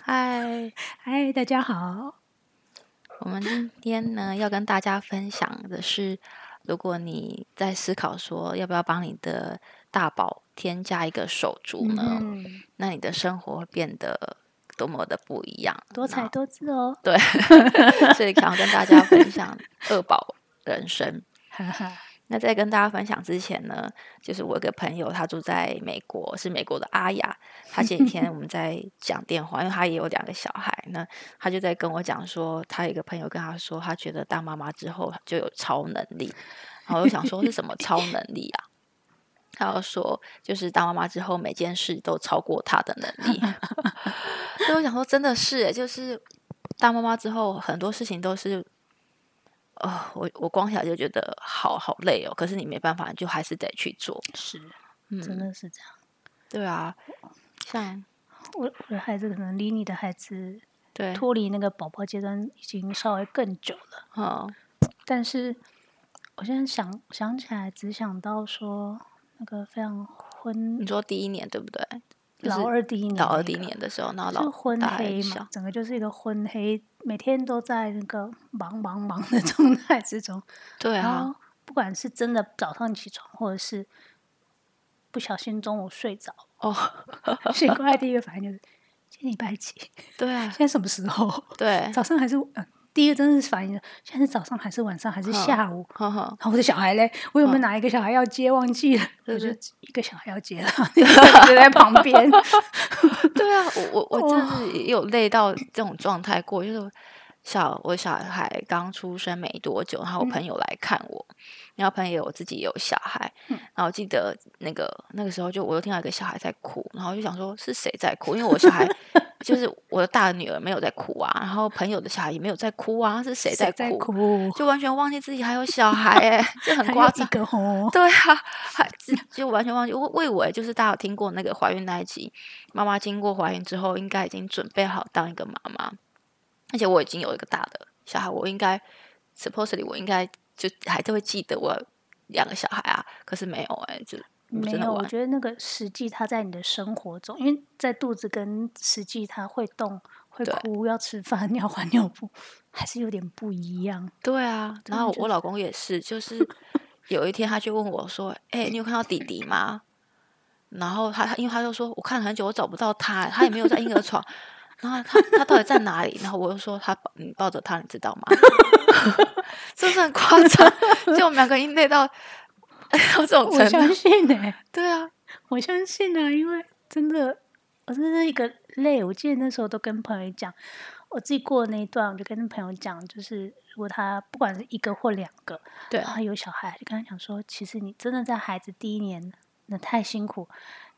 嗨，嗨，大家好。我们今天呢要跟大家分享的是，如果你在思考说要不要帮你的大宝添加一个手足呢，嗯，那你的生活会变得多么的不一样，多彩那多姿哦。对， 所以想要跟大家分享二宝人生。哈哈，那在跟大家分享之前呢，就是我有个朋友，他住在美国，是美国的阿雅。他前几天我们在讲电话，因为他也有两个小孩，那他就在跟我讲说，他有一个朋友跟他说，他觉得当妈妈之后就有超能力。然后我就想说，是什么超能力啊？他就说，就是当妈妈之后，每件事都超过他的能力。 所以我想说，真的是耶，就是当妈妈之后，很多事情都是，哦，我我光想就觉得好好累哦。可是你没办法，你就还是得去做。是，真嗯，的是这样。对 啊，像我我的孩子可能离你的孩子对，脱离那个宝宝阶段已经稍微更久了，嗯，但是我现在想想起来，只想到说那个非常昏你说第一年对不对？嗯就是老二第一年、老二第一年的时候，然后就老昏大还黑小嘛，，整个就是一个昏黑，每天都在那个忙忙忙的 状态之中。对然啊，后哦不管是真的早上起床，或者是不小心中午睡着，哦，醒过来第一个反应就是今天礼拜几？ 对啊现，在什么时 候？对，早上还是呃，第一个真的是反应，现在是早上还是晚上还是嗯下午？呵呵，然后我的小孩嘞，我有没有嗯哪一个小孩要接？忘记了，对我就对一个小孩要接了， 一个就在旁边。 对啊，我我我真的哇是也有累到这种状态过，就是小我小孩刚出生没多久，然后我嗯朋友来看我，然后朋友我自己也有小孩，嗯然后我记得那个那个时候就我又听到一个小孩在哭，然后我就想说是谁在哭，因为我小 孩就是我的大女儿没有在哭啊，然后朋友的小孩也没有在哭啊，是 谁在在哭？哭？就完全忘记自己还有小孩哎、 这很还夸有一张。个哦，对啊， 还就就完全忘记。我我以为就是大家有听过那个怀孕那一集，妈妈经过怀孕之后，应该已经准备好当一个妈妈，而且我已经有一个大的小孩，我应该 supposedly 我应该就还是会记得我两个小孩啊，可是没有哎、就我没真的有，我完觉得那个实际它在你的生活中，因为在肚子跟实际它会动、会对哭、要吃饭、 要换尿布，还是有点不一样。对啊，真然的后就我老公也是，就是有一天他就问我说：“哎、你有看到弟弟吗？”然后他他因为他就说我看了很久，我找不到他，他也没有在婴儿床。然后他他到底在哪里？然后我又说他抱你抱着他，你知道吗？ 是不是很夸张？就我们两个已经累到到这种我程相度，信呢、对啊，我相信啊，因为真的，我真是一个累。我记得那时候都跟朋友讲，我自己过的那一段，我就跟朋友讲，就是如果他不管是一个或两个，对然后有小孩，就跟他讲说，其实你真的在孩子第一年，那太辛苦，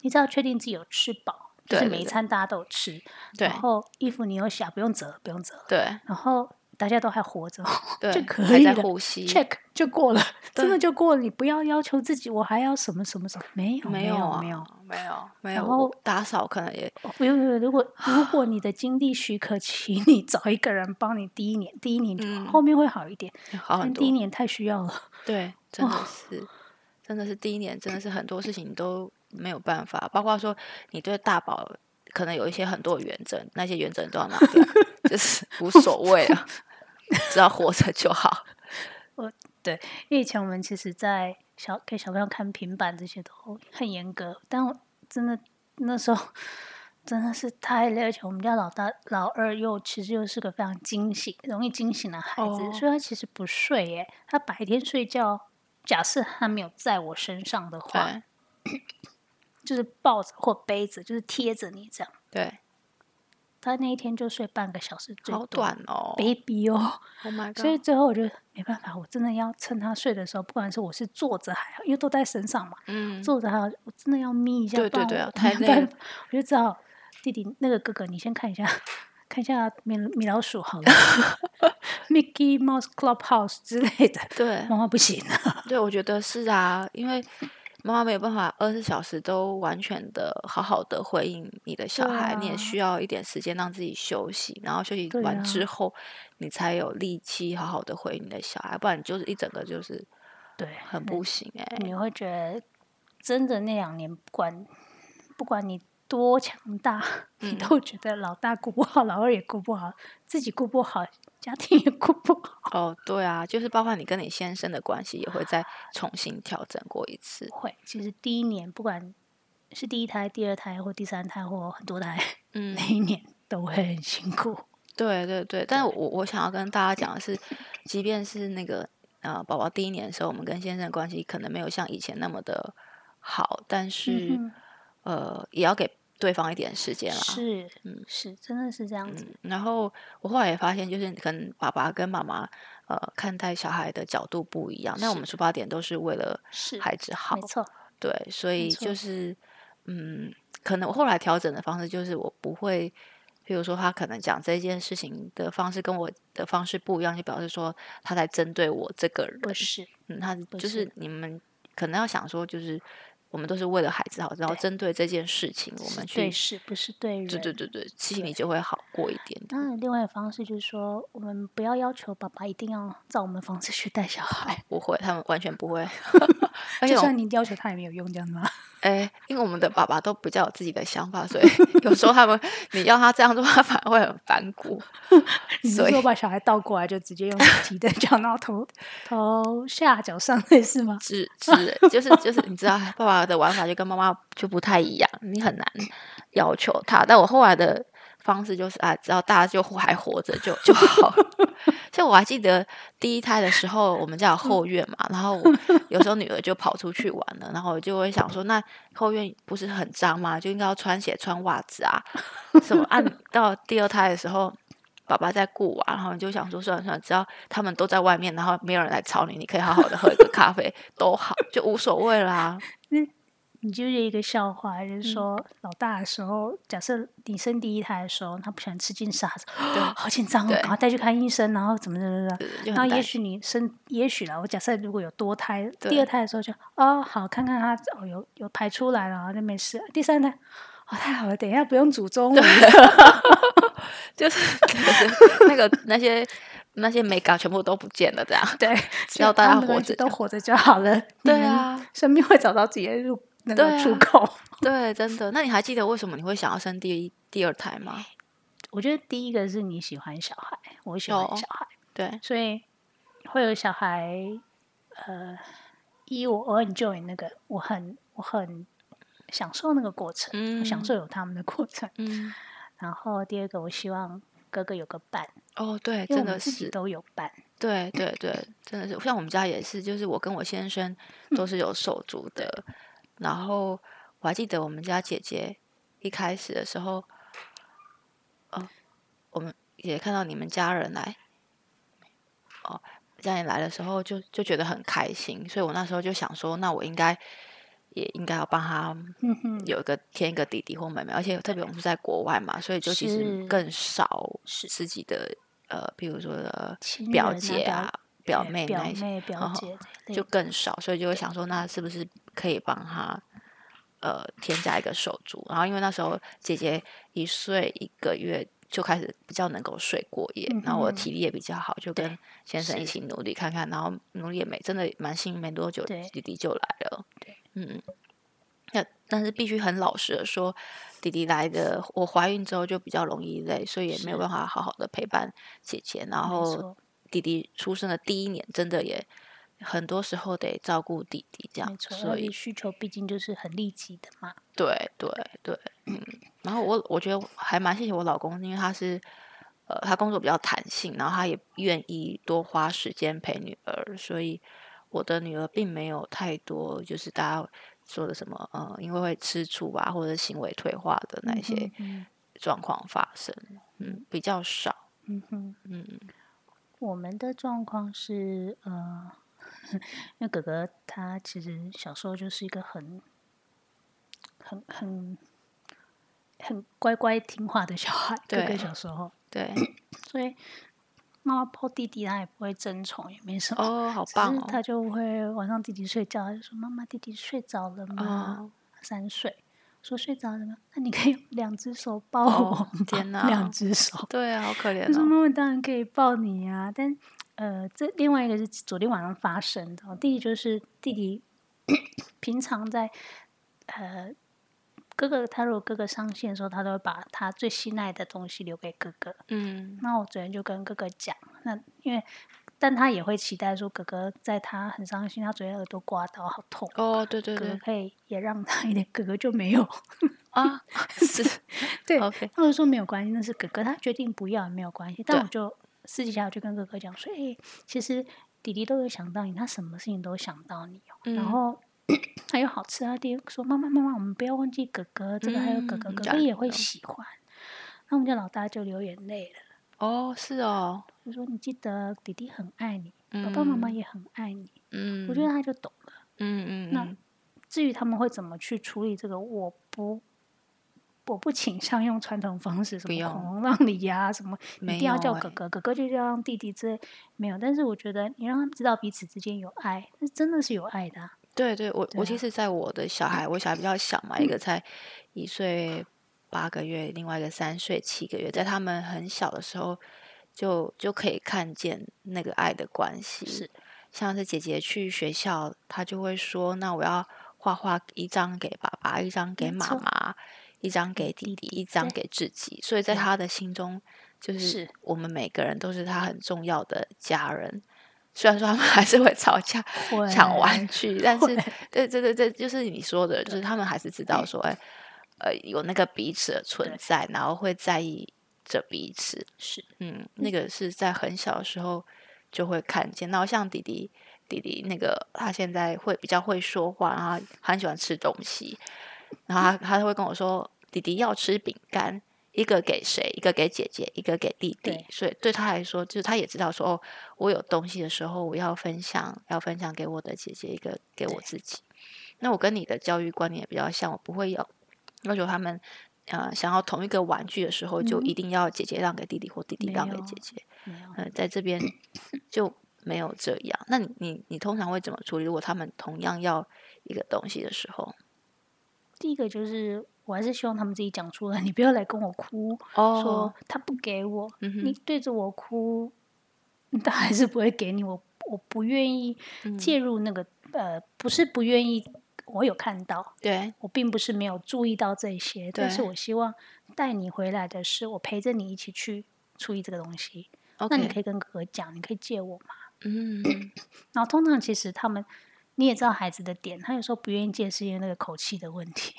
你只要确定自己有吃饱，对就是对每一对餐大家都有吃，对然后衣服你有洗啊，不用折，不用折，对然后大家都还活着，对，就可还以在了呼吸， check 就过了，真对的就过了。你不要要求自己，我还要什么什么什么，没有没有啊，没有。没有没然有，后我打扫可能也哦不用不用，如果 如果你的经历许可，请你找一个人帮你。第一年，第一年就好，嗯后面会好一点。好很但多。第一年太需要了，对，真的哇是，真的是第一年，真的是很多事情都没有办法，包括说你对大宝可能有一些很多的原则，那些原则你都要拿 掉，就是无所谓了， 只要活着就好。因为以前我们其实，在小给小朋友看平板这些都很严格，但我真的那时候真的是太累，而且我们家老大老二又其实又是个非常惊醒、容易惊醒的孩子，哦所以他其实不睡耶，他白天睡觉，假设他没有在我身上的话，对就是抱着或背着，就是贴着你这样，对，他那一天就睡半个小时最好多。短哦 baby 哦， ，Oh my 所以 god，最后我就没办法，我真的要趁他睡的时候，不管是我是坐着还好，因为都在身上嘛，嗯，坐着还好，我真的要眯一下，对不然对对我啊我太 没有累办了法我就只好弟弟那个哥哥，你先看一下，看一下米米老 鼠好了，Mickey Mouse Clubhouse 之类的，对妈妈不行了，对，我觉得是啊，因为。妈妈没有办法二十小时都完全的好好的回应你的小对孩，你也啊需要一点时间让自己休息，然后休息对完啊之后，你才有力气好好的回应你的小孩，不然你就是一整个就是对，很那不行哎、你会觉得真的那两年，不管不管你多强大，嗯你都觉得老大顾不好，老二也顾不好，自己顾不好，家庭也顾不好。 哦，对啊，就是包括你跟你先生的关系也会再重新调整过一次。会，其实第一年不管是第一胎、第二胎或第三胎或很多胎，嗯那，一年都会很辛苦。对对对，但是我我想要跟大家讲的是，即便是那个呃宝宝第一年的时候，我们跟先生的关系可能没有像以前那么的好，但是、嗯呃也要给对方一点时间啦。是嗯，是，真的是这样子。嗯，然后我后来也发现，就是可能爸爸跟妈妈呃看待小孩的角度不一样，但我是们出发点都是为了是，孩子好没。错，对，所以错就是，嗯，可能我后来调整的方式就是我不会，比如说他可能讲这件事情的方式跟我的方式不一样，就表示说他在针对我这个人不。是嗯，他不就是是你们可能要想说，就是我们都是为了孩子好，然后对针对这件事情，我是们对去，事，不是嗯对人。对对对对，心里就会好过一点点。当然，另外的方式就是说，我们不要要求爸爸一定要照我们方式去带小孩，不会，他们完全不会。而且 就我算你要求他也没有用，这样子吗？ 哎，因为我们的爸爸都比较有自己的想法，所以 有时候他们你要他这样做，他反而会很反骨。你是所以说把小孩倒过来就直接用提的 脚，然后头头下脚上类似吗？之之类，就是就是，你知道，爸爸的玩法就跟妈妈就不太一样，你很难要求他。但我后来的方式就是啊，只要大家就还活着就就好了。 像我还记得第一胎的时候，我们家有后院嘛，然后我有时候女儿就跑出去玩了，然后我就会想说，那后院不是很脏吗？就应该要穿鞋、穿袜子啊，什么。按、到第二胎的时候。爸爸在顾啊娃，然后你就想说算了算了，只要他们都在外面，然后没有人来吵你，你可以好好的喝一个咖啡都好，就无所谓啦。你就是一个笑话，嗯就是说、老大的时候，假设你生第一胎的时候，他不喜欢吃进沙子，好紧张哦，对赶快带去看医生，然后怎么怎么怎么。对呃对就然后很啊也担许你生，也许啦，我假设如果有多胎，对第二胎的时候就哦好，看看他哦有有排出来了，那没事。第三胎哦太好了，等一下不用煮中午，啊就是就是 那个那些那些美感全部都不见了，这 样。对， 只要大他家们的活东西着都就活着就好了。你 对们啊，生命会找到自己的入那个对出啊口。 对，真的。那你还记得为什么你会想要生第一、第二胎吗？我觉得第一个是你喜欢小孩，我喜欢有小孩，对，所以会有小孩。呃，一我我 enjoy 那个，我很我很享受那个过程，我享嗯受有他们的过程。嗯，然后第二个，我希望哥哥有个伴，哦，对，因为真我们的自己是，都有伴。对对对，真的是。像我们家也是，就是我跟我先生都是有手足的，然后我还记得我们家姐姐一开始的时候，哦，我们也看到你们家人来，哦，家人来的时候就就觉得很开心，所以我那时候就想说，那我应该也应该要帮他嗯哼，有一个添一个弟弟或妹妹，而且特别我们是在国外嘛，所以就其是实更少是自己的呃，比如说呃亲表人啊姐表啊、表对妹表那一些，妹、表嗯哼姐这一类就的更少，所以就会想说，那是不是可以帮他呃添加一个手足？然后因为那时候姐姐一岁一个月就开始比较能够睡过夜，然后我的嗯哼体力也比较好，就对跟先生一是起努力看看，然后努力也没真的蛮幸运，没多久对弟弟就来了。嗯，那但是必须很老实的说，弟弟来的，我怀孕之后就比较容易累，所以也没有是办法好好的陪伴姐姐，然没后错弟弟出生的第一年，真的也很多时候得照顾弟弟这没样，错，所而且以需求毕竟就是很立即的嘛。对对对，嗯。然后我我觉得还蛮谢谢我老公，因为他是呃他工作比较弹性，然后他也愿意多花时间陪女儿，所以我的女儿并没有太多就是大家说的什么呃因为会吃醋啊或者行为退化的那些嗯哼状况发生，嗯，比较少。嗯哼，嗯，我们的状况是，呃， 因为哥哥他其实小时候就是一个很、很、很、很乖乖听话的小孩。哥哥对小时候，对，所以妈妈抱弟弟，他也不会争宠，也没什么。哦，好只棒是哦，他就会晚上弟弟睡觉，他就说：“妈妈，弟弟睡着了吗？”哦，三岁，说睡着了吗？那你可以用两只手抱哦我吗？天哪两只手。对啊，好可怜他说：“哦，妈妈当然可以抱你啊，但呃，这另外一个是昨天晚上发生的哦。弟弟就是弟弟平常在呃哥哥他如果哥哥上线的时候，他都会把他最心爱的东西留给哥哥。嗯那我昨天就跟哥哥讲，那因为但他也会期待说哥哥在他很伤心，他昨天耳朵刮到好痛，哦，对对哥哥对可以也让他一点，哥哥就没有。啊，是对， OK，他就说没有关系，那是哥哥他决定不要也没有关系。但对啊我就私底下我就跟哥哥讲说，哎、其实弟弟都有想到你，他什么事情都想到你哦。嗯然后 还有好吃啊，弟弟说妈妈妈妈，我们不要忘记哥哥，这个还有哥哥，嗯哥这哥样也会子哦喜欢。那我们家老大就流眼泪了，哦是哦，就说你记得弟弟很爱你，嗯爸爸妈妈也很爱你。嗯，我觉得他就懂了。嗯嗯那嗯至于他们会怎么去处理这个，我不。我不倾向用传统方式，什不么用恐龙让梨呀、什么没一定要有叫欸哥哥，哥哥就要让弟弟之类，没有。但是我觉得你让他们知道彼此之间有爱，那真的是有爱的、啊。对对，我对我啊嗯其实，在我的小孩，我小孩比较小嘛，一个才一岁八个月，另外一个三岁七个月，在他们很小的时候，就就可以看见那个爱的关系。是，像是姐姐去学校，她就会说：“那我要画画一张给爸爸，一张给没妈错嗯妈，一张给弟弟，一张对给自己。”所以在对她的心中，就是是我们每个人都是她很重要的家人。虽然说他们还是会吵架，抢玩具，但是对对对对，就是你说的，就是他们还是知道说，哎，呃，有那个彼此的存对在，然后会在意着彼此，是嗯，那个是在很小的时候就会看见。然后像弟弟弟弟那个，他现在会比较会说话，然后他很喜欢吃东西，然后他他会跟我说，弟弟要吃饼干。一个给谁？一个给姐姐，一个给弟弟对。所以对他来说，就是他也知道说，哦，我有东西的时候，我要分享，要分享给我的姐姐，一个给我对自己。那我跟你的教育观念也比较像，我不会要要求他们，呃，想要同一个玩具的时候，就嗯一定要姐姐让给弟弟，或弟弟没让给有姐姐。没有。呃，在这边就没有这样。那你你你通常会怎么处理？如果他们同样要一个东西的时候，第一个就是，我还是希望他们自己讲出来， 你不要来跟我哭，说哦，他不给我，嗯你哼，对着我哭，他还是不会给你。我我不愿意嗯介入那个、呃，不是不愿意，我有看到，对，我并不是没有注意到这些，但是对我希望带你回来的是，我陪着你一起去处理这个东西。那你可以，以跟哥哥讲，你可以借我嘛。嗯，然后通常其实他们。你也知道孩子的点，他有时候不愿意借是因为那个口气的问题，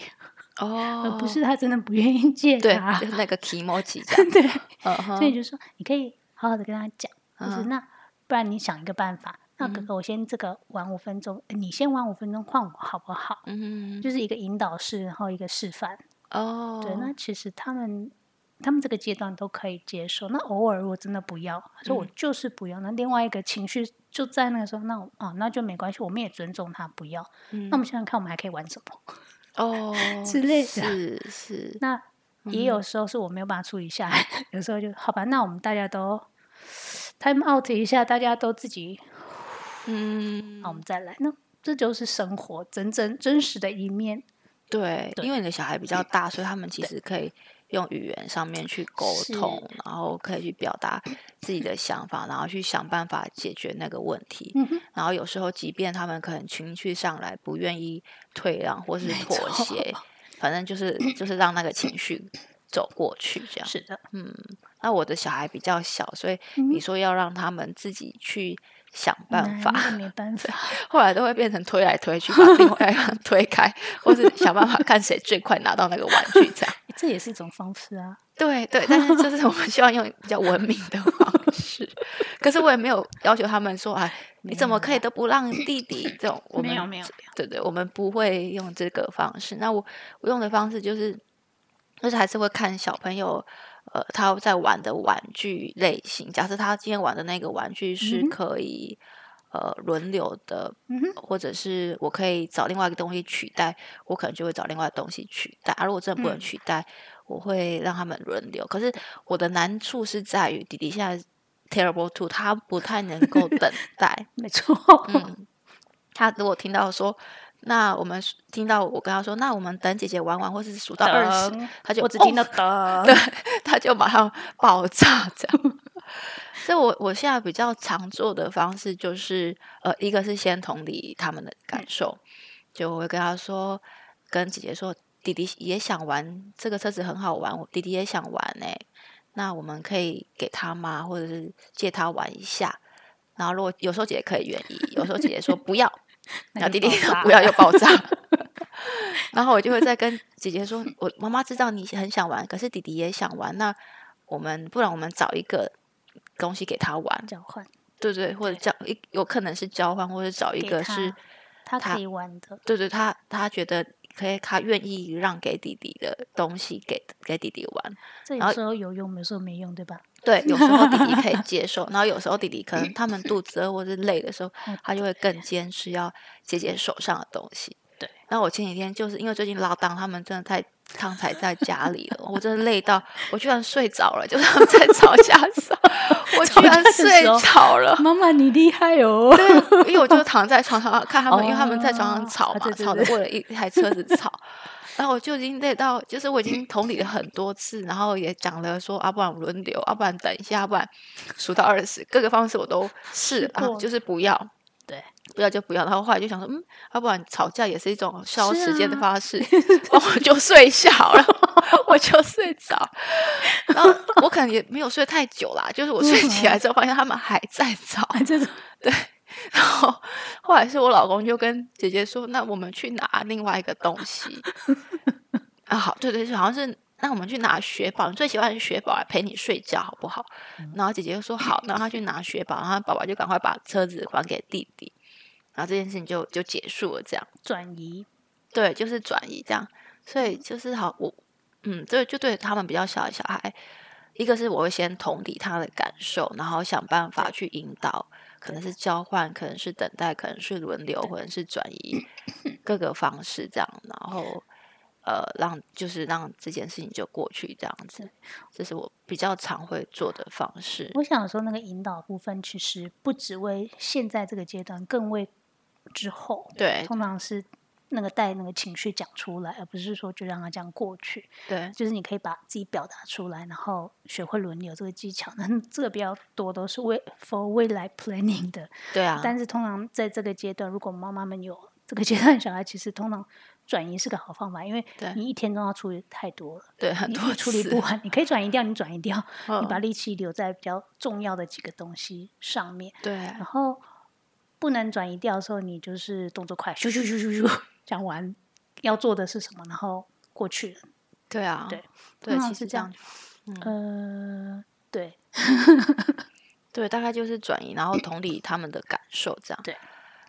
而哦，呃不是他真的不愿意借对，他。就是那个 emoji 这样， 对，嗯所以哼，就说你可以好好的跟他讲，就是嗯那不然你想一个办法，那哥嗯哥我先这个玩五分钟，呃你先玩五分钟换我好不好？嗯哼，就是一个引导式，然后一个示范。哦，对，那其实他们他们这个阶段都可以接受。那偶尔我真的不要，他说我嗯就是不要，那另外一个情绪就在那个时候，那我哦那就没关系，我们也尊重他不要。嗯那我们想想看，我们还可以玩什么？哦之类的是是，那嗯也有时候是我没有办法处理下来， 有时候就好吧，那我们大家都 time out 一下，大家都自己，嗯那我们再来。那这就是生活真正真实的一面，对，对因为你的小孩比较大，所以他们其实可以用语言上面去沟是通，然后可以去表达自己的想法，然后去想办法解决那个问题。嗯哼然后有时候，即便他们可能情绪上来不愿意退让或是没妥错协，反正就是就是让那个情绪走过去这样。是的，那我的小孩比较小，所以嗯你说要让他们自己去想办法，那没办法， 后来都会变成推来推去，把另外一方推开，或是想办法看谁最快拿到那个玩具，这样。 这也是一种方式啊。对对， 但是就是我们希望用比较文明的方式。 可是我也没有要求他们说，哎，你怎么可以都不让弟弟这 种？我们没有没有没有，对对，我们不会用这个方式。那我我用的方式就是，就是还是会看小朋友，呃，他在玩的玩具类型。假设他今天玩的那个玩具是嗯哼可以、呃轮流的，嗯哼或者是我可以找另外一个东西取代，我可能就会找另外的东西取代。啊，如果真的不能嗯取代，我会让他们轮流。可是我的难处是在于弟弟现在 terrible two，他不太能够等待。没错， 嗯，他如果听到说，那我们数听到我跟他说，那我们等姐姐玩完，或是数到二十，等他就我只听到哦等，对，他就马上爆炸这样。所以我我现在比较常做的方式就是，呃，一嗯个是先同理他们的感受，就我会跟他说，跟姐姐说。弟弟也想玩这个车子，很好玩，我弟弟也想玩哎、那我们可以给他吗？或者是借他玩一下？然后如果有时候姐姐可以愿意，有时候姐姐说不要， 那然后弟就弟爆说炸不要了又爆炸， 然后我就会再跟姐姐说，我妈妈知道你很想玩，可是弟弟也想玩，那我们不然我们找一个东西给他玩，交换对对，或者对交一有可能是交换，或者找一给个是他他他可以玩的，对对，他他觉得可以，他愿意让给弟弟的东西给给弟弟玩。这然有后时候有用，有时候没用，对吧？对，有时候弟弟可以接受，然后有时候弟弟可能他们肚子饿或是累的时候，哦他就会更坚持要姐姐手上的东西。对，那我前几天就是因为最近拉档，他们真的太刚才在家里了，我真的累到我居然睡着了，就是他们在吵架的时候，我吵居架然的睡时候着了。妈妈你厉害哦！因为我就躺在床上啊看他们，因为他们在床上哦吵啊嘛对，对吵着对为了一台车子吵，然后我就已经累到，就是我已经同理了很多次，然后也讲了说，啊，不然轮流，啊，不然等一下，啊不然数到二十，各个方式我都试了，啊过就是不要。对，不要就不要。然后后来就想说，嗯，要、不然吵架也是一种消是时间的啊方式，然后我就睡着了， 我就睡着。然后我可能也没有睡太久啦，就是我睡起嗯来之后发现他们还在吵， 这种然后后来是我老公就跟姐姐说：“那我们去拿另外一个东西啊，好，对对，好像是那我们去拿雪宝，你最喜欢的雪宝来陪你睡觉，好不好？”然后姐姐就说：“好。”然后她去拿雪宝，然后爸爸就赶快把车子还给弟弟，然后这件事情就就结束了。这样转移，对，就是转移这样，所以就是好，我嗯，对，就对他们比较小的小孩。一个是我会先同理他的感受，然后想办法去引导，可能是交换，可能是等待，可能是轮流，或者是转移 各个方式这样，然后呃，让就是让这件事情就过去这样子，这是我比较常会做的方式。我想说那个引导部分，其实不只为现在这个阶段，更为之后，对通常是那个带那个情绪讲出来，而不是说就让它这样过去。对就是你可以把自己表达出来，然后学会轮流这个技巧。 那这个比较多都是为 for 未来 planning 的，对啊，但是通常在这个阶段，如果妈妈们有这个阶段的小孩，其实通常转移是个好方法，因为对你一天中要处理太多了，对很你多你处理次不完，你可以转移掉，你转移 掉，你嗯把力气留在比较重要的几个东西上面，对然后不能转移掉的时候，你就是动作快，咻咻咻咻咻，讲完要做的是什么，然后过去了。对啊，对对，通其常实是这这样样嗯呃，对，对，大概就是转移，然后同理他们的感受这样。对。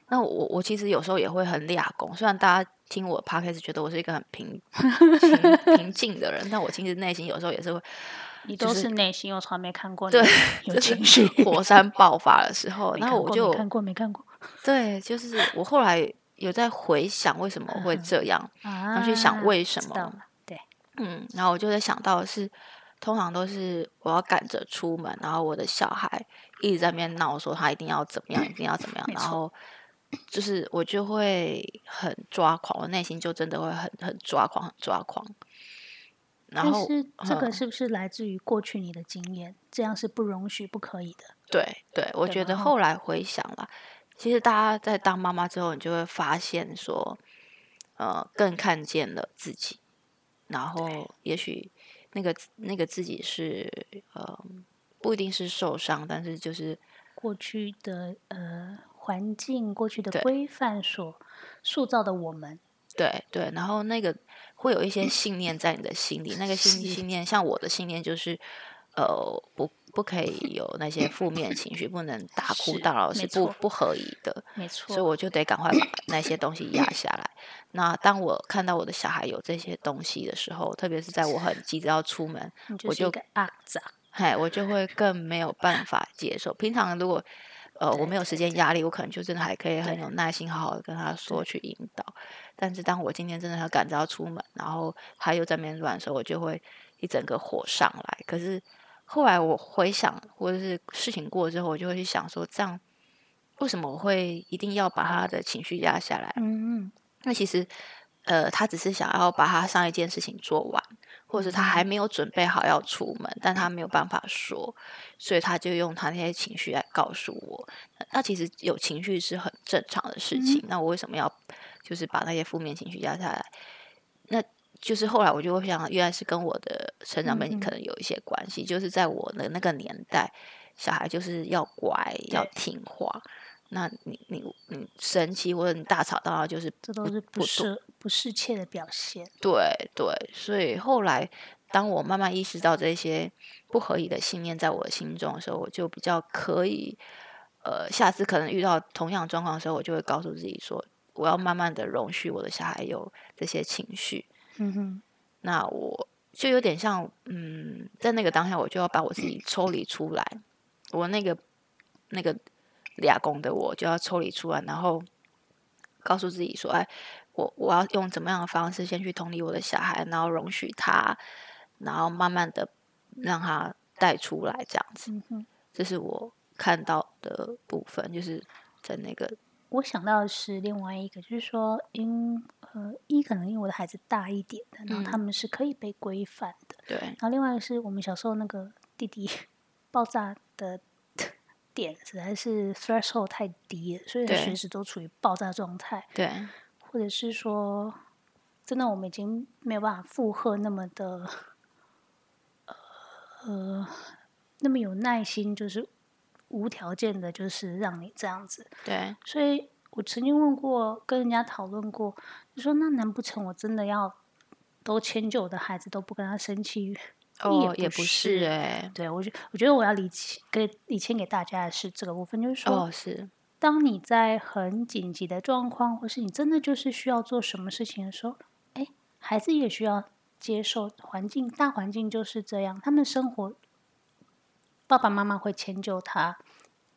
那我我其实有时候也会很俩工，虽然大家听我 podcast 觉得我是一个很 平平平静的人，但我其实内心有时候也是会你就都是是内心，我从来没看过你对 有就是 情绪。火山爆发的时 候，没然看后我过就没看过没看过对，就是我后来有在回想为什么会这样，啊，然后去想为什知么道了对，嗯，然后我就在想到的是，通常都是我要赶着出门，然后我的小孩一直在那边闹说他一定要怎么样，一定要怎么样，没然错后就是我就会很抓狂，我内心就真的会很很抓狂，很抓狂。然但后是这个嗯是不是来自于过去你的经验？这样是不容许、不可以的。对对，我对觉吧得哈后来回想啦，其实大家在当妈妈之后，你就会发现说，呃，更看见了自己，然后也许那个自那个自己是呃，不一定是受伤，但是就是过去的呃环境、过去的对规范所塑造的我们，对对，然后那个会有一些信念在你的心里，那个信是信念，像我的信念就是，呃，不不可以有那些负面情绪，不能大哭是大闹，没是不错不合宜的。没所以错，我就得赶快把那些东西压下来。那当我看到我的小孩有这些东西的时候，特别是在我很急着要出门，你我就是就一个阿杂，嘿，我就会更没有办法接受。平常如果呃我对没有时间压力，我可能就真的还可以很对有耐心，好好的跟他说去引导。但是当我今天真的要赶着要出门，然后他又在那边乱的时候，我就会一整个火上来。可是后来我回想，或者是事情过之后，我就会去想说，这样为什么我会一定要把他的情绪压下来？嗯嗯，那其实，呃，他只是想要把他上一件事情做完，或者是他还没有准备好要出门，但他没有办法说，所以他就用他那些情绪来告诉我。那那其实有情绪是很正常的事情，那我为什么要就是把那些负面情绪压下来？那就是后来我就会想，原来是跟我的成长背景可能有一些关系。就是在我的那个年代，小孩就是要乖，要听话。那你你你生气或者你大吵大闹，就是这都是不不适不适切的表现。对对，所以后来当我慢慢意识到这些不合理的信念在我的心中的时候，我就比较可以，呃，下次可能遇到同样的状况的时候，我就会告诉自己说，我要慢慢的容许我的小孩有这些情绪。嗯哼，那我就有点像，嗯，在那个当下，我就要把我自己抽离出来，我那个那个俩公的我就要抽离出来，然后告诉自己说，哎，我我要用怎么样的方式先去同理我的小孩，然后容许他，然后慢慢的让他带出来，这样子，嗯哼。这是我看到的部分，就是在那个我想到的是另外一个，就是说，因呃，一可能因为我的孩子大一点的，然后嗯他们是可以被规范的。对然后另外一个是我们小时候那个弟弟 爆炸的 点实在是 threshold 太低了，所以他对随时都处于爆炸状态，对或者是说，真的我们已经没有办法负荷那么的，呃，那么有耐心，就是无条件的，就是让你这样子。对所以我曾经问过，跟人家讨论过，就说那难不成我真的要都迁就我的孩子，都不跟他生气？哦，也也不不是是哎、对我觉我觉得我要理清给理清给大家的是这个部分，就是说，哦是，当你在很紧急的状况，或是你真的就是需要做什么事情的时候，哎，孩子也需要接受环境，大环境就是这样，他们生活，爸爸妈妈会迁就他。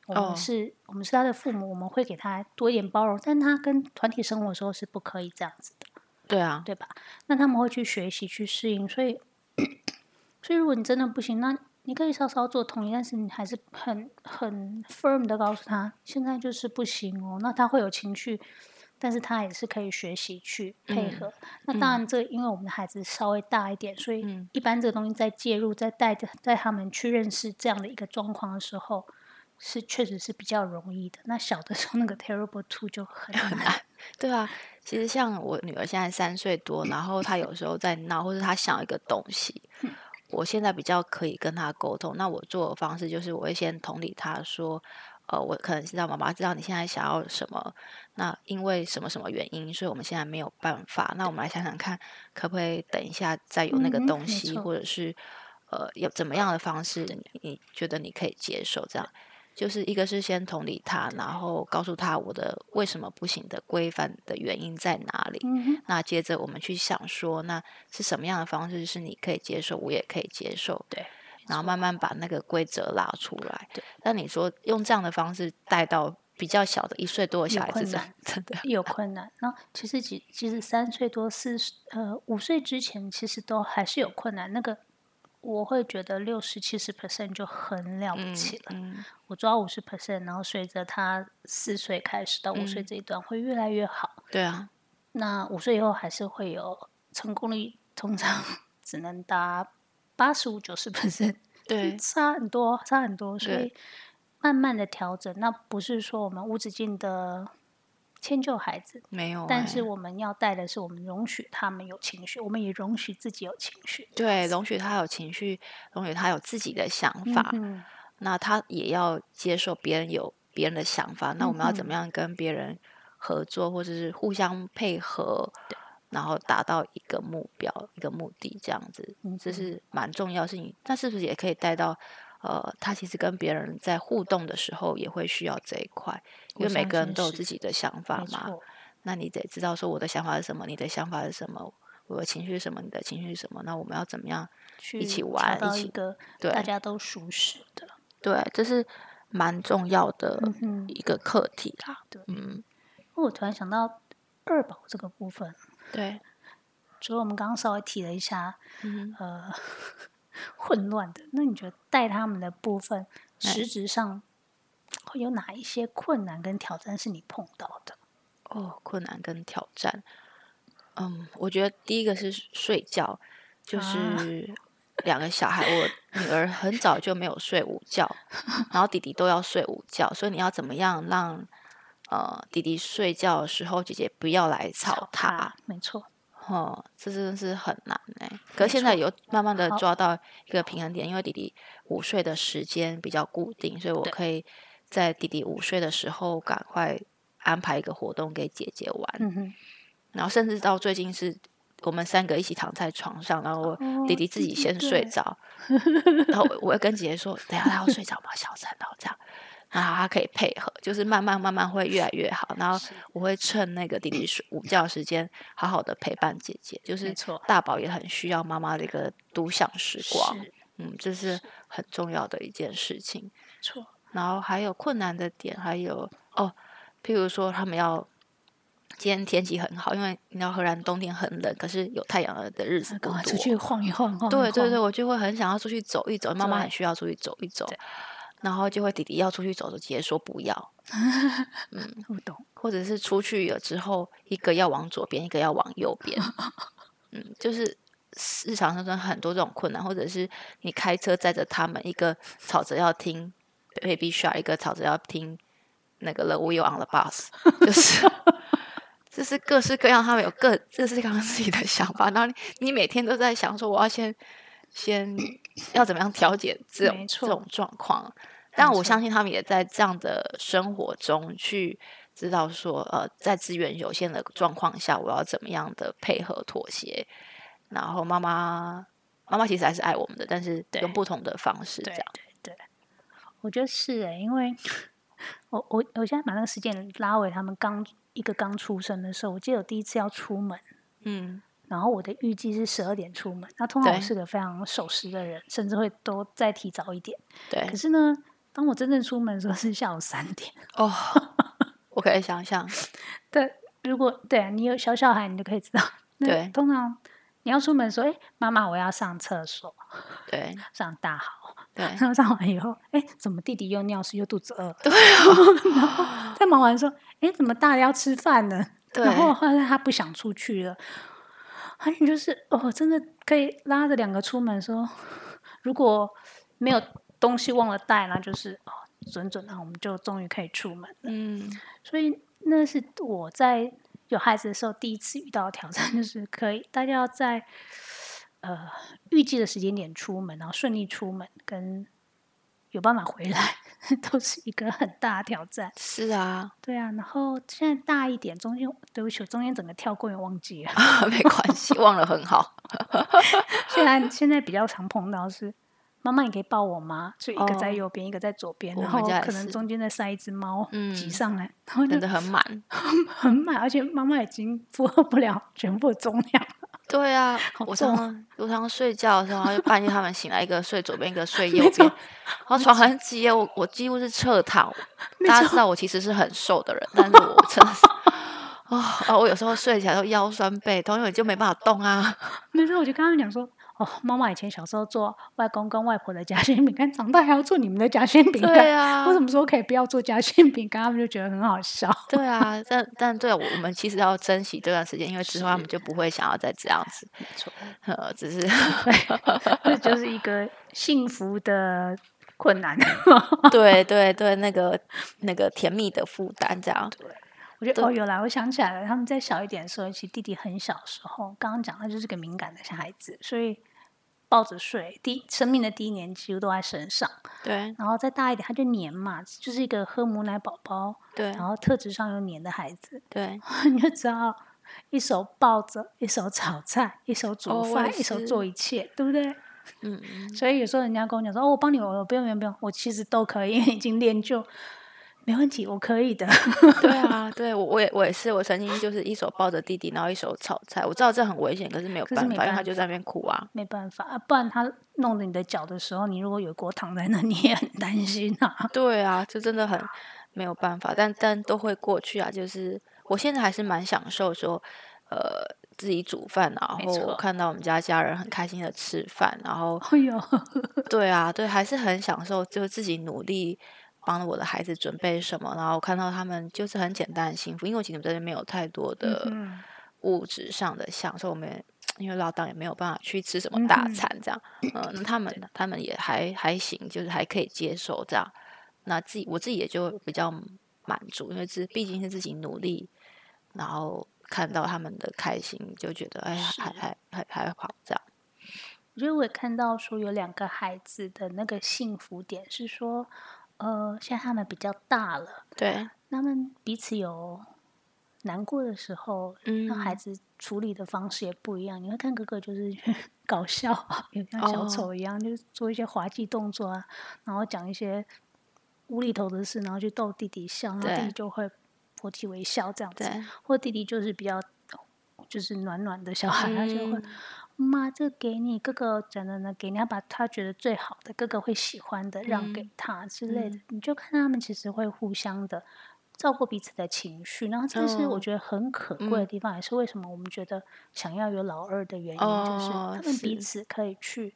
我哦们是我们是他的父母，我们会给他多一点包容，但他跟团体生活的时候是不可以这样子的。对啊，对吧？那他们会去学习去适应，所以，所以如果你真的不行，那你可以稍稍做统一，但是你还是很很 firm 的告诉他，现在就是不行哦。那他会有情绪，但是他也是可以学习去配合。那当然，这因为我们的孩子稍微大一点，所以一般这个东西在介入、在带着带他们去认识这样的一个状况的时候。是，确实是比较容易的。那小的时候那个 terrible two 就很难，对啊，其实像我女儿现在三岁多，然后她有时候在闹，或者她想要一个东西，我现在比较可以跟她沟通。那我做的方式就是，我会先同理她说，呃，我可能知道妈妈知道你现在想要什么，那因为什么什么原因，所以我们现在没有办法。那我们来想想看，可不可以等一下再有那个嗯哼没东西，错或者是呃，有怎么样的方式，你你觉得你可以接受这样？就是一个是先同理他，然后告诉他我的为什么不行的规范的原因在哪里。嗯哼，那接着我们去想说，那是什么样的方式是你可以接受，我也可以接受，对，然后慢慢把那个规则拉出来对。那你说用这样的方式带到比较小的一岁多的有小孩困子，真难真 的有困难。那其实其其实三岁多四岁呃五岁之前，其实都还是有困难。那个我会觉得六十七十 percent 就很了不起了。嗯我抓五十 percent，然后随着他四岁开始到五岁嗯这一段会越来越好。对啊，那五岁以后还是会有成功率，通常 只能达八十五九十 percent。对差很多，差很多，嗯所对以慢慢的调整。那不是说我们无止境的迁就孩子，没有欸、但是我们要带的是，我们容许他们有情绪，我们也容许自己有情绪。对容许他有情绪，容许他有自己的想法，嗯那他也要接受别人有别人的想法。那我们要嗯怎么样跟别人合作，或者是互相配合，然后达到一个目标、一个目的，这样子，嗯这是蛮重要的事情。那是不是也可以带到？呃，他其实跟别人在互动的时候，也会需要这一块，因我为每相个人信都有是自己的想哼，法没嘛。错，那你得知道说我的想法是什么，你的想法是什么，我的情绪是什么，你的情绪是什么。那我们要怎么样？去起找玩一到一起个对大家都熟识的。对，这是蛮重要的嗯哼一个课题啦。对嗯，我突然想到二宝这个部分，对，除了我们刚刚稍微提了一下，嗯 呃混乱的。那你觉得带他们的部分，哎实质上会有哪一些困难跟挑战是你碰到的？哦，困难跟挑战，嗯，我觉得第一个是睡觉，就啊是两个小孩，我女儿很早就没有睡午觉，然后弟弟都要睡午觉，所以你要怎么样让呃弟弟睡觉的时候，姐姐不要来吵他？没错，哦，这真的是很难哎、可是现在有慢慢的抓到一个平衡点，因为弟弟午睡的时间比较固定，所以我对可以在弟弟午睡的时候赶快安排一个活动给姐姐玩。嗯哼，然后甚至到最近是我们三个一起躺在床上，然后我弟哦弟自弟己弟先睡对着，然后我我会跟姐姐 说：“等一下他要睡着嘛，小声哦，这样。”然后他可以配合，就是慢慢慢慢会越来越好。然后我会趁那个弟弟睡午觉的时间，好好的陪伴姐姐。就是没错大宝也很需要妈妈的一个独享时光，是嗯，这是很重要的一件事情。错，然后还有困难的点，还有哦，譬如说他们要今天天气很好，因为你知道荷兰冬天很冷，可是有太阳的日子不赶多。啊快出去晃一晃，晃一对对晃对，，我就会很想要出去走一走，妈妈对很需要出去走一走对，然后就会弟弟要出去走的，姐姐说不要，我懂，或者是出去了之后，一个要往左边，一个要往右 边，嗯，就是。日常生中很多这种困难，或者是你开车载着他们，一个吵着要听 Baby Shark，一个吵着要听那个 The w h e e on the Bus，就是 就是各式各样，他们有各这是刚刚自己的想法，然后你你每天都在想说我要先先要怎么样调节这种没这错种状况，啊但没我错相信他们也在这样的生活中去知道说，呃，在资源有限的状况下，我要怎么样的配合妥协，然后妈妈。妈妈其实还是爱我们的，但是对用不同的方式这对样。对对，我觉得是诶、因为我我我现在把那个时间拉回他们刚一个刚出生的时候，我记得我第一次要出门，嗯，然后我的预计是十二点出门，那通常我对是个非常守时的人，甚至会都再提早一点。对可。是呢，当我真正出门的时候是下午三点。哦， 我可以想象。 对，如果对啊，你有小小孩，你就可以知道。 那对通常你要出门说，哎、妈妈，我要上厕所，对上大号。 对然后上完以后，哎，怎么弟弟又尿湿又肚子 饿？对、哦然后再忙完说，哎，怎么大家要吃饭呢？对 然后后来他不想出去了，还有就是，哦，真的可以拉着两个出门说，如果没有东西忘了带，那就是哦，准准啊，我们就终于可以出门。嗯，所以那是我在有孩子的时候第一次遇到的挑战， 就是可以大家要在呃预计的时间点出门，然后顺利出门，跟有办法回来， 都是一个很大的挑战。是 啊， 对啊，然后现在大一点，中间对不起，我中间整个跳过也忘记了。 没关系，忘了很好。现在现在比较常碰到是。妈妈，你可以抱我吗？就一个哦在右边，一个在左边，我然们后家也可能是中间再塞一只猫挤嗯上来，然后就真的很满。很满，而且妈妈已经负荷不了全部的重 量。对啊，我重常常我常常睡觉的时候，然后就半夜他们醒来，一个睡左边，一个 睡右边，然后床很挤耶，我我几乎是侧 躺。大家知道我其实是很瘦的人，但是我真的是啊啊！我有时候睡起来都腰酸背痛，因为就没办法动啊。 那时候我就跟他们讲说：“哦，妈妈以前小时候做外公跟外婆的夹心饼干，长大还要做你们的夹心饼对干。 啊，为什么说可以不要做夹心饼干？他们就觉得很好笑。对啊，但但对我我们其实要珍惜这段时间，因为之后他们就不会想要再这样子，没错，呃，只 是 这就是一个幸福的困难。对对对，那个那个甜蜜的负担这样，我觉得对哦，有啦，我想起来了，他们在小一点的时候，其实弟弟很小的时候，刚刚讲他就是个敏感的小孩子，所以抱着睡，第生命的第一年几乎都在身上。对然后再大一点，他就黏嘛，就是一个喝母奶宝宝，对然后特质上又黏的孩子， 对，你就知道一手抱着，一手炒菜，一手煮哦我饭，也一手是做一切，对不对？ 嗯，嗯所以有时候人家跟我讲说：“哦，我帮你，我不用不用不用，我其实都可以， 因为已经练就，没问题，我可以的。 对啊，对我我也我也是，我曾经就是一手抱着弟弟，然后一手炒菜，我知道这很危险，可是没有可是办没法，因为他办就在那边哭啊”， 没办法啊，不然他弄着你的脚的时候，你如果有一锅躺在那，你也很担心啊。对啊，就真的很没有办法，但但都会过去啊，就是我现在还是蛮享受说，呃。自己煮饭，然没后我错看到我们家家人很开心的吃饭，然 后哎呦，对啊，对，还是很享受，就是自己努力帮我的孩子准备什么，然后看到他们就是很简单的幸福，因为我其实我们这边没有太多的嗯，物质上的享受，我们也因为老档也没有办法去吃什么大嗯哼餐这样，嗯、那他们他们也还还行，就是还可以接受这样，那自己我自己也就比较满足，因为这毕竟是自己努力，然后看到他们的开心，就觉得哎，还还还还好这样。 我觉得我也看到说有两个孩子的那个幸福点是说，呃，现在他们比较大了，对，他们彼此有难过的时候，那孩嗯，子处理的方式也不一样。你会看哥哥就是 去搞笑啊，有像小哦，丑一样，就是做一些滑稽动作啊，然后讲一些无厘头的事，然后去逗弟弟笑，然后弟弟对就会破涕为笑这样子。对，或弟弟就是比较就是暖暖的小孩，他就会嗯，妈这个给你，哥哥讲的呢给你，要把他觉得最好的，哥哥会喜欢的让给嗯他之类的。嗯，你就看他们其实会互相的照顾彼此的情绪，然后这是我哦，觉得很可贵的嗯，地方，也是为什么我们觉得想要有老二的原因，就是哦，他们彼是，此可以去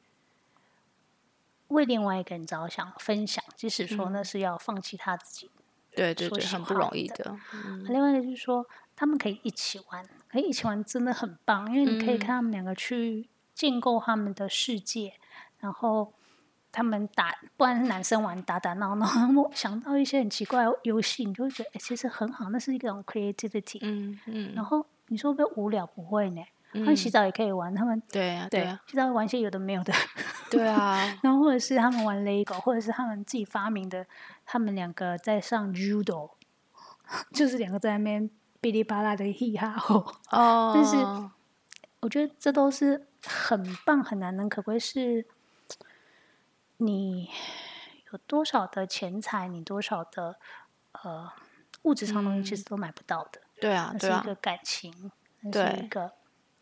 为另外一个人着想，分享，即使说那嗯，是要放弃他自己对对所对，喜很不容欢易的。的，嗯另外一个就是说，他们可以一起玩，可以一起玩真的很棒，因为你可以嗯看他们两个去建构他们的世界，然后他们打，不然是男生玩打打闹闹， 他们想到一些很奇怪的游戏，你就会觉得哎、诶其实很好，那是一种 creativity。嗯嗯然后你说会不会无聊？不会呢，他们洗嗯，澡也可以玩，他们对呀对啊对呀洗澡玩一些有的没有的。对啊，然后或者是他们玩 LEGO，或者是他们自己发明的，他们两个在上 judo，就是两个在那边哔哩吧啦的嘻哈吼。 但是哦，我觉得这都是很棒、很难能可贵，是你有多少的钱财，你多少的呃物质上的东西，其实嗯，都买不到的。对啊那对是一啊，个感情，那是一对。个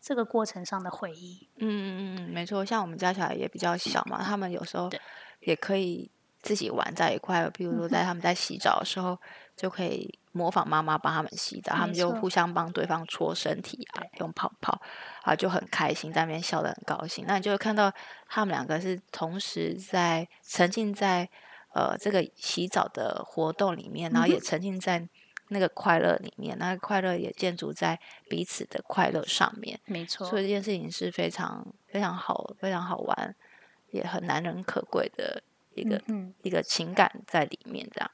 这个过程上的回忆。嗯嗯嗯，没错，像我们家小孩也比较小嘛，他们有时候对，也可以自己玩在一块，比如嗯说在哼，他们在洗澡的时候，就可以模仿妈妈帮他们洗澡，他没们就互错，相帮对方搓身体啊，对，用泡泡啊，就很开心，在那边笑得很高兴。那你就会看到他们两个是同时在沉浸在呃这个洗澡的活动里面，然嗯后哼，也沉浸在那个快乐里面，那个快乐也建筑在彼此的快乐上面。没所以错，这件事情是非常非常好、非常好玩，也很难能可贵的一嗯个哼，一个情感在里面。这样，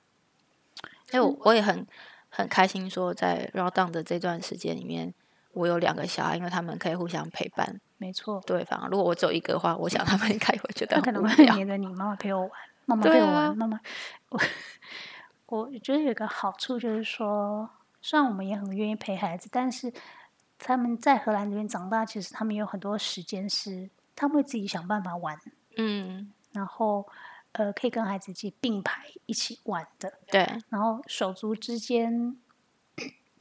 所以是我我也很很开心，说在 round down 的这段时间里面，我有两个小孩，因为他们可以互相陪伴没错。对方。如果我只有一个的话，我想他们应该也会觉得他很可能无会聊。黏着你，妈妈陪我玩，妈妈陪对我玩，啊，妈妈。我我觉得有个好处就是说，虽然我们也很愿意陪孩子，但是他们在荷兰这边长大，其实他们有很多时间是他们会自己想办法玩，嗯，然后呃可以跟孩子一起并排一起玩的，对，然后手足之间，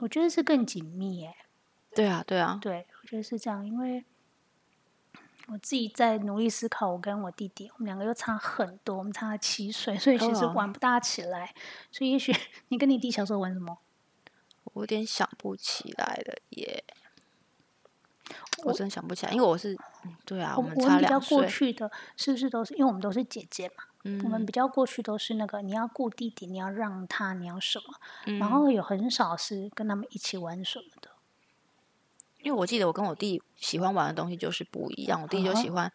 我觉得是更紧密耶。对啊，对啊，对，我觉得是这样，因为。我自己在努力思考，我跟我弟弟，我们两个又差很多，我们差了七岁，所以其实哦，玩不大起来。所以也许你跟你弟小时候玩什么？我有点想不起来了耶，我我真想不起来，因为我是，嗯，对啊，我我们们我差们比两较过岁，去的是不是都是因为我们都是姐姐嘛？我们嗯比较过去都是那个你要顾弟弟，你要让他，你要什么，然嗯。后有很少是跟他们一起玩什么的。 因为我记得我跟我弟喜欢玩的东西就是不一样，我弟就喜哦，欢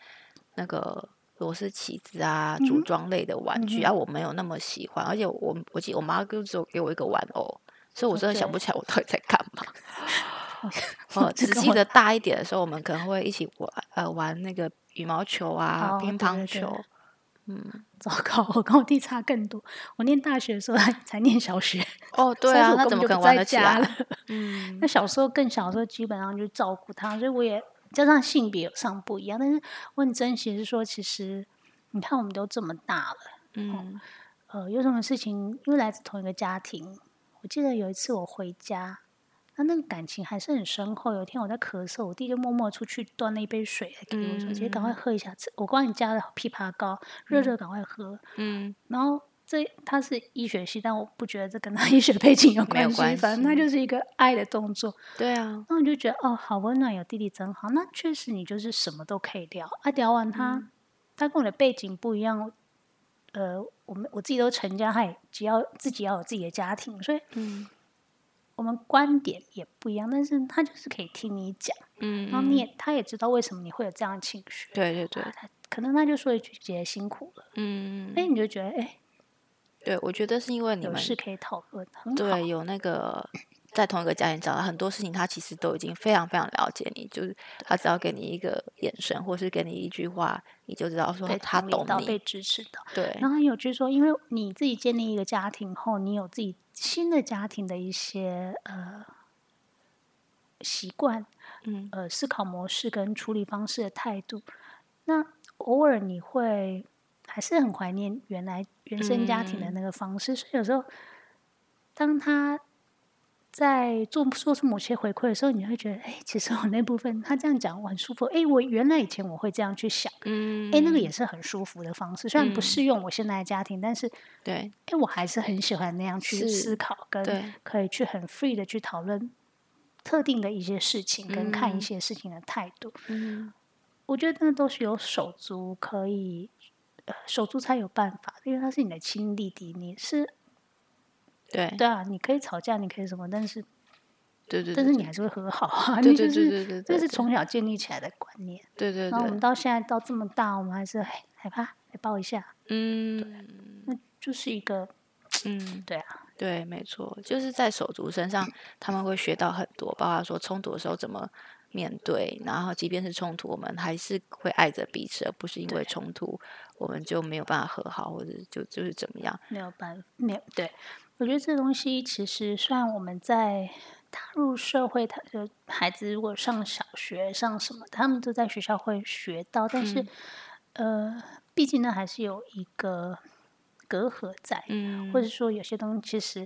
那个螺丝起子啊、嗯组哼，装类的玩嗯具啊，哼，我没有那么喜欢，而且我我记得我妈就只有给我一个玩偶，所以我哦真的想对，不起来我到底在干嘛。 我我 呃，这只哦跟记我得大一点的时候，我们可能会一起玩，呃，玩那个羽毛球啊、哦，乒对乓对对，球，嗯，糟糕，我跟我弟差更多。我念大学的时候 还才念小学，哦，对所以啊，我那根怎本么就可不能玩在得起家了。哦来？嗯， 那小时候更小的时候，基本上就照顾他，所以我也加上性别上不一样，但是我很珍惜，是说其实你看我们都这么大了，哦，嗯，呃，有什么事情，因为来自同一个家庭，我记得有一次我回家，那那个感情还是很深厚。有一天我在咳嗽，我弟就默默出去端了一杯水来给我，说：嗯“姐，赶快嗯喝一下，这我帮你加了枇杷膏，热热嗯赶快喝。”嗯，然后这他是医学系，但我不觉得这跟他 医学背景有没有关系，关反正他系，就是一个爱的动作。对啊，那我就觉得哦，好温暖，有弟弟真好。那确实你就是什么都可以聊啊，聊完他，嗯他跟我的背景不一样，呃，我们我自己都成家，他也只要自己要有自己的家庭，所以嗯我们观点也不一样，但是他就是可以听你讲，然后嗯你嗯，也他也知道为什么你会有这样的情绪对对啊，对，他可能他就说一句姐姐辛苦了，哎，嗯。你就觉得哎对，我觉得是因为你有事们可以讨论，很对好，有那个在同一个家庭长大，很多事情他其实都已经非常非常了解你，就是他只要给你一个眼神，或是给你一句话，你就知道说被他同理懂到被你。支持到。对，然后很有趣说，因为你自己建立一个家庭后，你有自己新的家庭的一些呃习惯、嗯呃思考模式跟处理方式的态度，那偶尔你会还是很怀念原来原生家庭的那个方式，所以有时候当他。在做做出某些回馈的时候，你会觉得，哎、其实我那部分他这样讲我很舒服，哎、我原来以前我会这样去想，嗯，哎、那个也是很舒服的方式，虽然不嗯适用我现在的家庭，但是对哎、我还是很喜欢那样去是思考，跟对可以去很 free 的去讨论特定的一些事情，跟看一嗯些事情的态度。嗯我觉得那都是有手足可以，呃，手足才有办法，因为他是你的亲弟弟，你是对对啊，你可以吵架，你可以什么，但是对对，但对是你还是会和好啊，对你对就对是对对，这对是从小建立起来的观念。对对然后我们对，到现在到这么大，我们还是哎害怕，来抱一下，嗯就是一个嗯，对啊，对，没错，就是在手足身上，他们会学到很多，包括说冲突的时候怎么面对，然后即便是冲突，我们还是会爱着彼此，而不是因为冲突我们就没有办法和好，或者就就是怎么样。没有办法，没有对。我觉得这东西其实，虽然我们在踏入社会，他就孩子如果上小学上什么，他们都在学校会学到，但是、嗯呃，毕竟呢，还是有一个隔阂在，嗯或者说有些东西其实。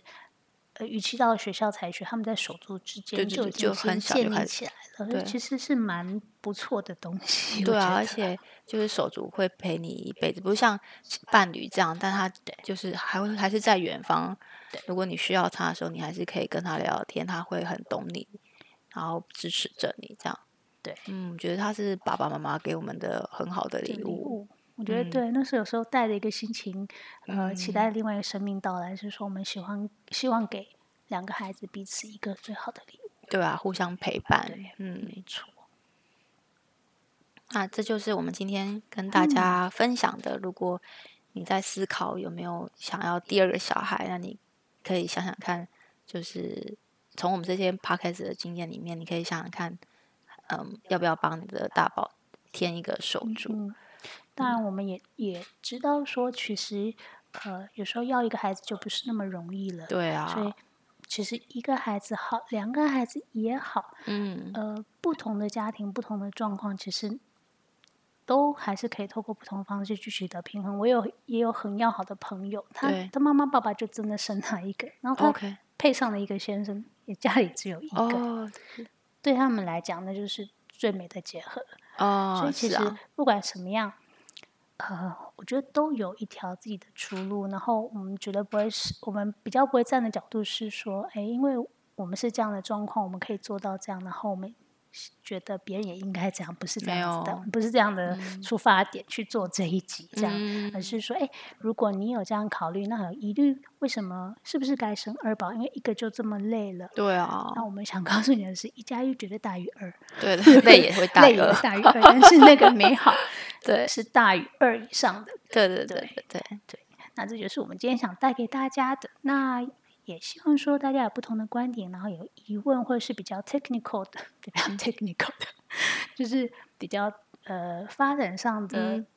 呃，与其到学校才学，他们在手足之对对间就对已经就先很小建就立开起来了，对其实是蛮不错的东西。我对觉啊，而得且就是手足会陪你一辈子，不像伴侣这样，但他就是还会还是在远方。如果你需要他的时候，你还是可以跟他聊聊天，他会很懂你，然后支持着你这样。对，嗯，我觉得他是爸爸妈妈给我们的很好的这礼个物。。我觉得嗯对，那是有时候带着一个心情，呃，期待另外一个生命到来，是说我们喜欢希望给两个孩子彼此一个最好的礼物。对啊，互相陪伴对。嗯，没错，那这就是我们今天跟嗯大家分享的。如果你在思考有没有想要第二个小孩，那你可以想想看，就是从我们这些 podcast 的经验里面，你可以想想看，嗯，要不要帮你的大宝添一个手足？嗯，当然我们也也知道说，其实呃，有时候要一个孩子就不是那么容易了，对所以啊，其实一个孩子好，两个孩子也好，嗯，呃，不同的家庭、不同的状况，其实都还是可以透过不同的方式去取得平衡。我有也有很要好的朋友，他对他妈妈爸爸就真的生他一个，然后他 OK 配上了一个先生，也家里只有一个，哦对他们来讲那就是最美的结合。所哦，以其是实啊，不管什么样，呃，我觉得都有一条自己的出路。然后我们绝对不会是，我们比较不会站的角度是说，哎，因为我们是这样的状况，我们可以做到这样，然后我们是觉得别人也应该这样，不是这没样子的有，不是这样的出发点去做这一集这样。嗯而是说，哎，如果你有这样考虑，那有疑虑，为什么是不是该生二宝？因为一个就这么累了。对啊，那我们想告诉你的是，一加一绝对大于二。对的， 累 也会大类于有二，大于二，但是那个美好对是大于二以上的。对对对对对对，那这就是我们今天想带给大家的。那也希望说大家有不同的观点，然后有疑问或者是比较 technical 的， 比较 technical 的，就是比较呃发展上的，嗯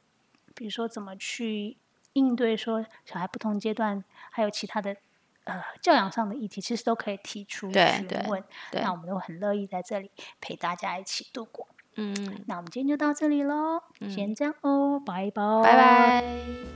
比如说怎么去应对说小孩不同阶段，还有其他的。呃，教养上的议题其实都可以提出对询对问，对那我们都很乐意在这里陪大家一起度过。嗯，嗯那我们今天就到这里喽，先这样哦，拜拜，拜。拜。